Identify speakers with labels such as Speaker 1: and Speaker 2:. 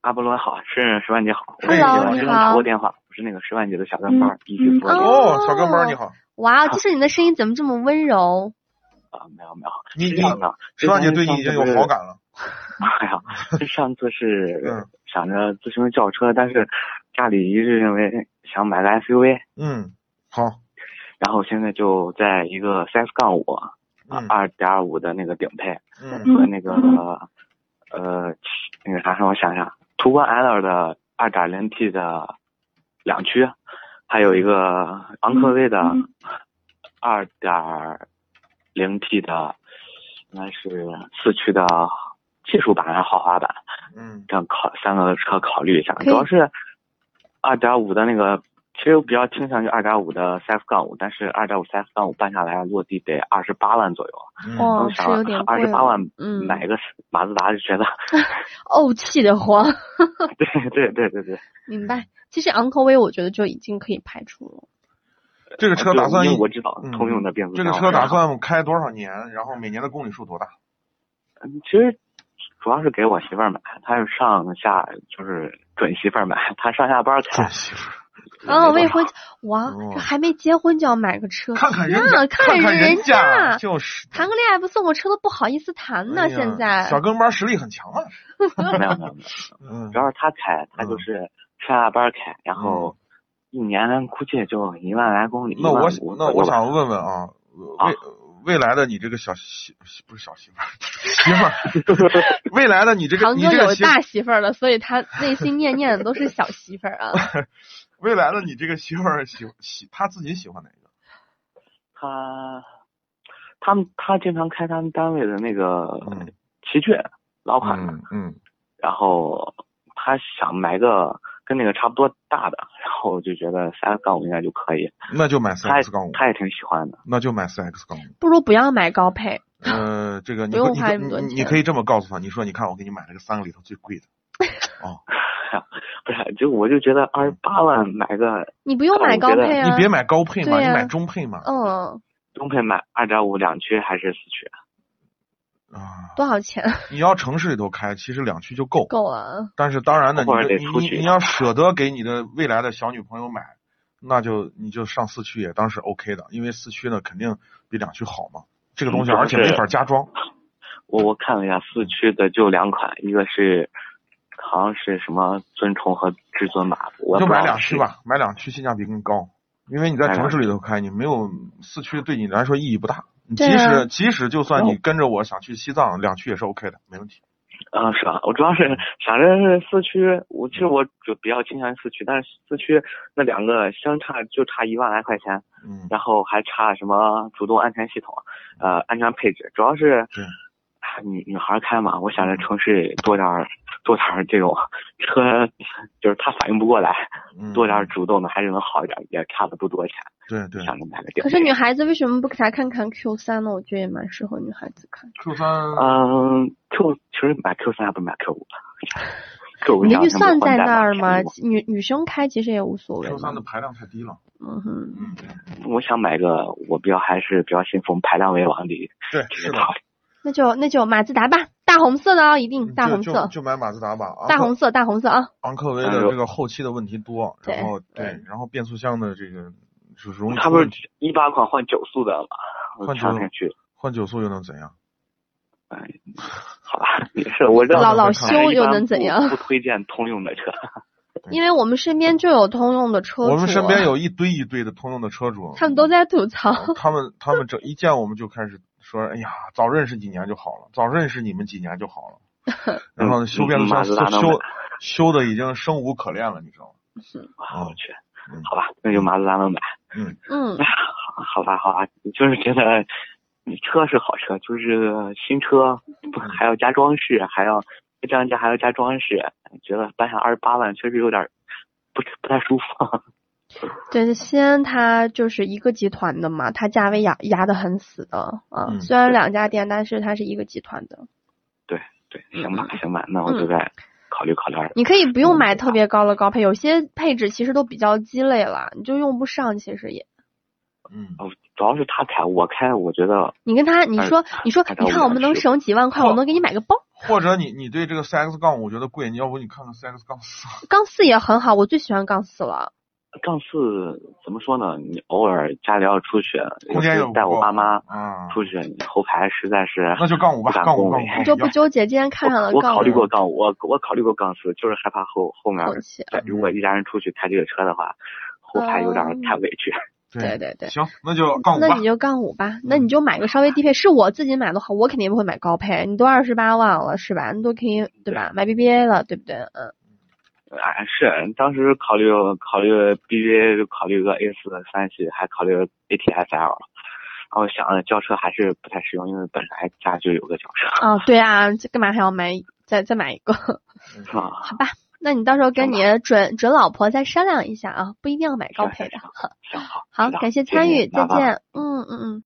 Speaker 1: 阿波罗好，是石万姐好。
Speaker 2: Hello，
Speaker 1: 我
Speaker 2: 你
Speaker 1: 之前
Speaker 3: 好
Speaker 1: 打过电话，我是那个石万姐的小跟班
Speaker 3: 嗯
Speaker 1: 儿，第一直播
Speaker 3: 嗯
Speaker 1: 的
Speaker 2: 哦，小跟班儿你好。
Speaker 3: 哇，就是你的声音怎么这么温柔？
Speaker 1: 啊，没有没有，
Speaker 2: 你
Speaker 1: 是这样的，
Speaker 2: 石万姐对你已经有好感了。
Speaker 1: 哎呀，这上次是
Speaker 2: 嗯
Speaker 1: 想着自行车轿车，但是家里一直认为想买个 SUV，
Speaker 2: 嗯，
Speaker 1: 啊
Speaker 2: 好。
Speaker 1: 然后现在就在一个 CS 杠五
Speaker 2: 嗯
Speaker 1: 二点二五的那个顶配
Speaker 2: 嗯
Speaker 1: 和那个呃那个啥，让我想想，途观 L 的二点零 T 的两驱，还有一个昂科威的
Speaker 3: 嗯
Speaker 1: 二点零 T 的，应该是四驱的技术版还是豪华版？
Speaker 2: 嗯
Speaker 1: 这样考三个车考虑一下，
Speaker 3: 可以
Speaker 1: 主要是二点五的那个，其实我比较倾向于二点五的 CS 杠五，但是二点五 CS 杠五办下来落地得二十八万左右，
Speaker 2: 嗯，
Speaker 3: 哦
Speaker 1: 我
Speaker 3: 是
Speaker 1: 想
Speaker 3: 有点
Speaker 1: 二
Speaker 3: 贵
Speaker 1: 十八万
Speaker 3: 嗯
Speaker 1: 买个马自达就觉得，
Speaker 2: 哦
Speaker 3: 怄气的慌。
Speaker 1: 对对对对对，
Speaker 3: 明白。其实昂科威我觉得就已经可以排除了。
Speaker 2: 这个车打算
Speaker 1: 啊因为我知道
Speaker 2: 嗯
Speaker 1: 通用的变速
Speaker 2: 这
Speaker 1: 箱，啊
Speaker 2: 个车打算开多少年？然后每年的公里数多大？
Speaker 1: 嗯，其实主要是给我媳妇儿买，她是上下就是准媳妇儿买，她上下班儿 开，
Speaker 2: 媳妇儿，
Speaker 3: 啊，未
Speaker 1: 没多少
Speaker 3: 婚哇，
Speaker 2: 哦
Speaker 3: 这还没结婚就要买个车，
Speaker 2: 看看人家，
Speaker 3: 呀看
Speaker 2: 看
Speaker 3: 人
Speaker 2: 家，就是。
Speaker 3: 谈个恋爱不送个车都不好意思谈呢，
Speaker 2: 哎呀
Speaker 3: 现在
Speaker 2: 小跟班儿实力很强啊。
Speaker 1: 没有没 有没有，
Speaker 2: 嗯
Speaker 1: 主要是她开，她就是上下班儿开，然后一年估计也就一万来公里，
Speaker 2: 嗯那我
Speaker 1: 15000
Speaker 2: 那我想问问啊，
Speaker 1: 啊
Speaker 2: 未未来的你这个小媳不是小媳妇儿， 媳妇儿， 未来的你这个
Speaker 3: 堂
Speaker 2: 你
Speaker 3: 哥
Speaker 2: 这
Speaker 3: 有
Speaker 2: 个媳妇儿
Speaker 3: 大媳妇儿了，所以他内心念念的都是小媳妇儿 啊。
Speaker 2: 未来的你这个媳妇儿喜喜她自己喜欢哪个？
Speaker 1: 她，他们她经常开他们单位的那个
Speaker 2: 嗯
Speaker 1: 奇骏老款的，
Speaker 2: 嗯嗯
Speaker 1: 然后她想买个跟那个差不多大的，然后我就觉得三杠五应该就可以，
Speaker 2: 那就买
Speaker 1: 她也
Speaker 2: 4X 杠五，
Speaker 1: 她也挺喜欢的。
Speaker 2: 那就买 4X 杠五。
Speaker 3: 不如不要买高配，
Speaker 2: 呃，这个你
Speaker 3: 不用
Speaker 2: 可以
Speaker 3: 花
Speaker 2: 可
Speaker 3: 这么多
Speaker 2: 你你
Speaker 3: 钱
Speaker 2: 可以这么告诉他，你说你看我给你买了个三个里头最贵的，哦，
Speaker 1: 不是，就我就觉得二十八万买个
Speaker 3: 你不用
Speaker 1: 啊
Speaker 3: 买
Speaker 1: 我
Speaker 3: 高
Speaker 1: 觉得
Speaker 3: 配啊。
Speaker 2: 你别买高配嘛，
Speaker 3: 对
Speaker 2: 你
Speaker 3: 呀
Speaker 2: 买中配嘛，
Speaker 3: 嗯，
Speaker 1: 中配买二点五两驱还是四驱？
Speaker 2: 啊，
Speaker 3: 多少钱
Speaker 2: 你要城市里头开，其实两驱就够，
Speaker 3: 够了？啊
Speaker 2: 但是当然呢，你
Speaker 1: 或
Speaker 2: 这
Speaker 1: 者得
Speaker 2: 你
Speaker 1: 出去
Speaker 2: 你你要舍得给你的未来的小女朋友买，那就你就上四驱也当是 OK 的，因为四驱呢肯定比两驱好嘛，这个东西
Speaker 1: 嗯
Speaker 2: 而且
Speaker 1: 对
Speaker 2: 没法加装，
Speaker 1: 我我看了一下四驱的就两款，一个是好像是什么尊崇和至尊吧，我
Speaker 2: 就
Speaker 1: 不知
Speaker 2: 买
Speaker 1: 道
Speaker 2: 两
Speaker 1: 是哎
Speaker 2: 驱。吧，买两驱性价比更高，因为你在城市里头开，你没有四驱对你来说意义不大。你即
Speaker 3: 对啊
Speaker 2: 使即使就算你
Speaker 1: 哦
Speaker 2: 跟着我想去西藏，两驱也是 OK 的，没问题。
Speaker 1: 嗯，是吧？我主要是想着是四驱，我其实我就比较倾向于四驱，但是四驱那两个相差就差一万来块钱，
Speaker 2: 嗯，
Speaker 1: 然后还差什么主动安全系统，呃，安全配置，主要是
Speaker 2: 对
Speaker 1: 啊女女孩开嘛，我想
Speaker 2: 嗯
Speaker 1: 着城市里多点儿多点儿这种 车，就是她反应不过来，
Speaker 2: 嗯嗯
Speaker 1: 多点儿主动的还是能好一点，也差的不多钱，
Speaker 2: 对对
Speaker 1: 想着买个顶配。
Speaker 3: 可是女孩子为什么不给她看看 Q 三呢？我觉得也蛮适合女孩子看。
Speaker 2: Q 三
Speaker 3: 呃
Speaker 1: 嗯，Q 其实买 Q 三还不如买 Q 五，Q 五
Speaker 3: 你的预算在那儿吗？女女生开其实也无所谓
Speaker 2: Q
Speaker 3: 嘛
Speaker 2: 三的。排量太低了。
Speaker 3: 嗯哼，
Speaker 2: 嗯，
Speaker 1: 我想买个，我比较还是比较信奉排量为王的
Speaker 2: 对，
Speaker 1: 这
Speaker 2: 是
Speaker 1: 个
Speaker 2: 的
Speaker 1: 道，理。
Speaker 3: 那就那就马自达吧，大红色的哦，一定
Speaker 2: 嗯
Speaker 3: 大
Speaker 2: 就
Speaker 3: 红
Speaker 2: 就
Speaker 3: 色，
Speaker 2: 就买马自达吧。昂
Speaker 3: 大
Speaker 2: 克
Speaker 3: 红色，大红色啊！
Speaker 2: 昂科威
Speaker 1: 哎
Speaker 2: 的
Speaker 1: 呦
Speaker 2: 这个后期的问题多，
Speaker 3: 对
Speaker 2: 然后对
Speaker 3: 对，
Speaker 2: 然后变速箱的这个就是容易
Speaker 1: 它
Speaker 2: 出
Speaker 1: 不是
Speaker 2: 问题。
Speaker 1: 一八款换九速的吗？我
Speaker 2: 换九
Speaker 1: 前两天去，
Speaker 2: 换九速又能怎样？
Speaker 1: 哎，好吧，也是我这
Speaker 2: 大
Speaker 3: 老
Speaker 2: 红
Speaker 3: 老
Speaker 2: 色
Speaker 3: 修
Speaker 1: 一
Speaker 3: 又
Speaker 1: 般
Speaker 3: 能怎
Speaker 1: 不
Speaker 3: 样？
Speaker 1: 不推荐通用的车。
Speaker 2: 对
Speaker 3: 因为我们身边就有通用的车
Speaker 2: 嗯
Speaker 3: 主，啊
Speaker 2: 我们身边有一堆一堆的通用的车主，
Speaker 3: 他们都在吐槽。
Speaker 2: 他们他们这一见我们就开始说，哎呀，早认识几年就好了，早认识你们几年就好了。 然后修变速
Speaker 1: 嗯马
Speaker 2: 箱
Speaker 1: 自
Speaker 2: 修
Speaker 1: 达能
Speaker 2: 修修的已经生无可恋了，你知道吗？
Speaker 1: 啊我
Speaker 2: 嗯
Speaker 1: 去
Speaker 2: 嗯，
Speaker 1: 好吧，那就马自达能买。
Speaker 3: 嗯，
Speaker 1: 好吧，好吧，就是觉得你车是好车，就是新车不还要加装饰，还要这样加还要加装饰，觉得单下二十八万确实有点不不太舒服。
Speaker 3: 对，西安它就是一个集团的嘛，它价位压压得很死的啊。
Speaker 2: 嗯
Speaker 3: 虽然两家店，但是它是一个集团的。
Speaker 1: 对对，行吧行吧，那我就再考虑考虑。
Speaker 3: 嗯你可以不用买
Speaker 1: 嗯
Speaker 3: 特别高的高配，有些配置其实都比较鸡肋了，你就用不上。其实也，
Speaker 2: 嗯，
Speaker 1: 哦，主要是他开，我开，我觉得
Speaker 3: 你跟他你说你说
Speaker 1: 哎那
Speaker 3: 你看
Speaker 1: 我
Speaker 3: 我们能
Speaker 1: 是
Speaker 3: 省几万块，
Speaker 2: 哦
Speaker 3: 我能给你买个包。
Speaker 2: 或者你你对这个 CX 杠我觉得贵，你要不你看看 CX 杠四，
Speaker 3: 杠四也很好，我最喜欢杠四了。
Speaker 1: 杠四怎么说呢？你偶尔家里要出去，
Speaker 2: 空间
Speaker 1: 有时
Speaker 2: 又
Speaker 1: 带我爸妈
Speaker 2: 啊，
Speaker 1: 出去，后排实在是
Speaker 2: 那就杠五吧，
Speaker 1: 不敢
Speaker 2: 杠五
Speaker 1: 恭
Speaker 2: 杠
Speaker 1: 维
Speaker 2: 五，
Speaker 3: 你就不
Speaker 2: 要
Speaker 3: 纠结，今天看上了
Speaker 1: 哎我
Speaker 3: 杠
Speaker 1: 考虑
Speaker 3: 五
Speaker 1: 过杠，我我考虑过杠四，就是害怕后后面
Speaker 3: 口气。
Speaker 1: 如果一家人出去开这个车的话，后排有点
Speaker 3: 嗯
Speaker 1: 太委屈。
Speaker 3: 对对对
Speaker 2: 行，那就杠五
Speaker 3: 那
Speaker 2: 吧
Speaker 3: 你。就杠五
Speaker 1: 嗯
Speaker 3: 吧，那你就买个稍微低配。是我自己买的话，我肯定不会买高配。你都二十八万了是吧？你都可以对吧？买 BBA 了对不对？嗯，
Speaker 1: 哎，是当时考虑考虑 BBA，就考虑个 A 四三系，还考虑 ATS-L。然后想了轿车还是不太实用，因为本来家就有个轿车，
Speaker 3: 哦对啊，这干嘛还要买再再买一个？
Speaker 1: 是吧？
Speaker 3: 那你到时候跟你
Speaker 1: 行
Speaker 3: 准准老婆再商量一下啊，不一定要买高
Speaker 1: 是
Speaker 3: 配
Speaker 1: 是
Speaker 3: 的
Speaker 1: 是。行好，
Speaker 3: 好，
Speaker 1: 知道
Speaker 3: 感谢
Speaker 1: 谢谢
Speaker 3: 参与，
Speaker 1: 你麻
Speaker 3: 再
Speaker 1: 烦
Speaker 3: 见。嗯嗯嗯。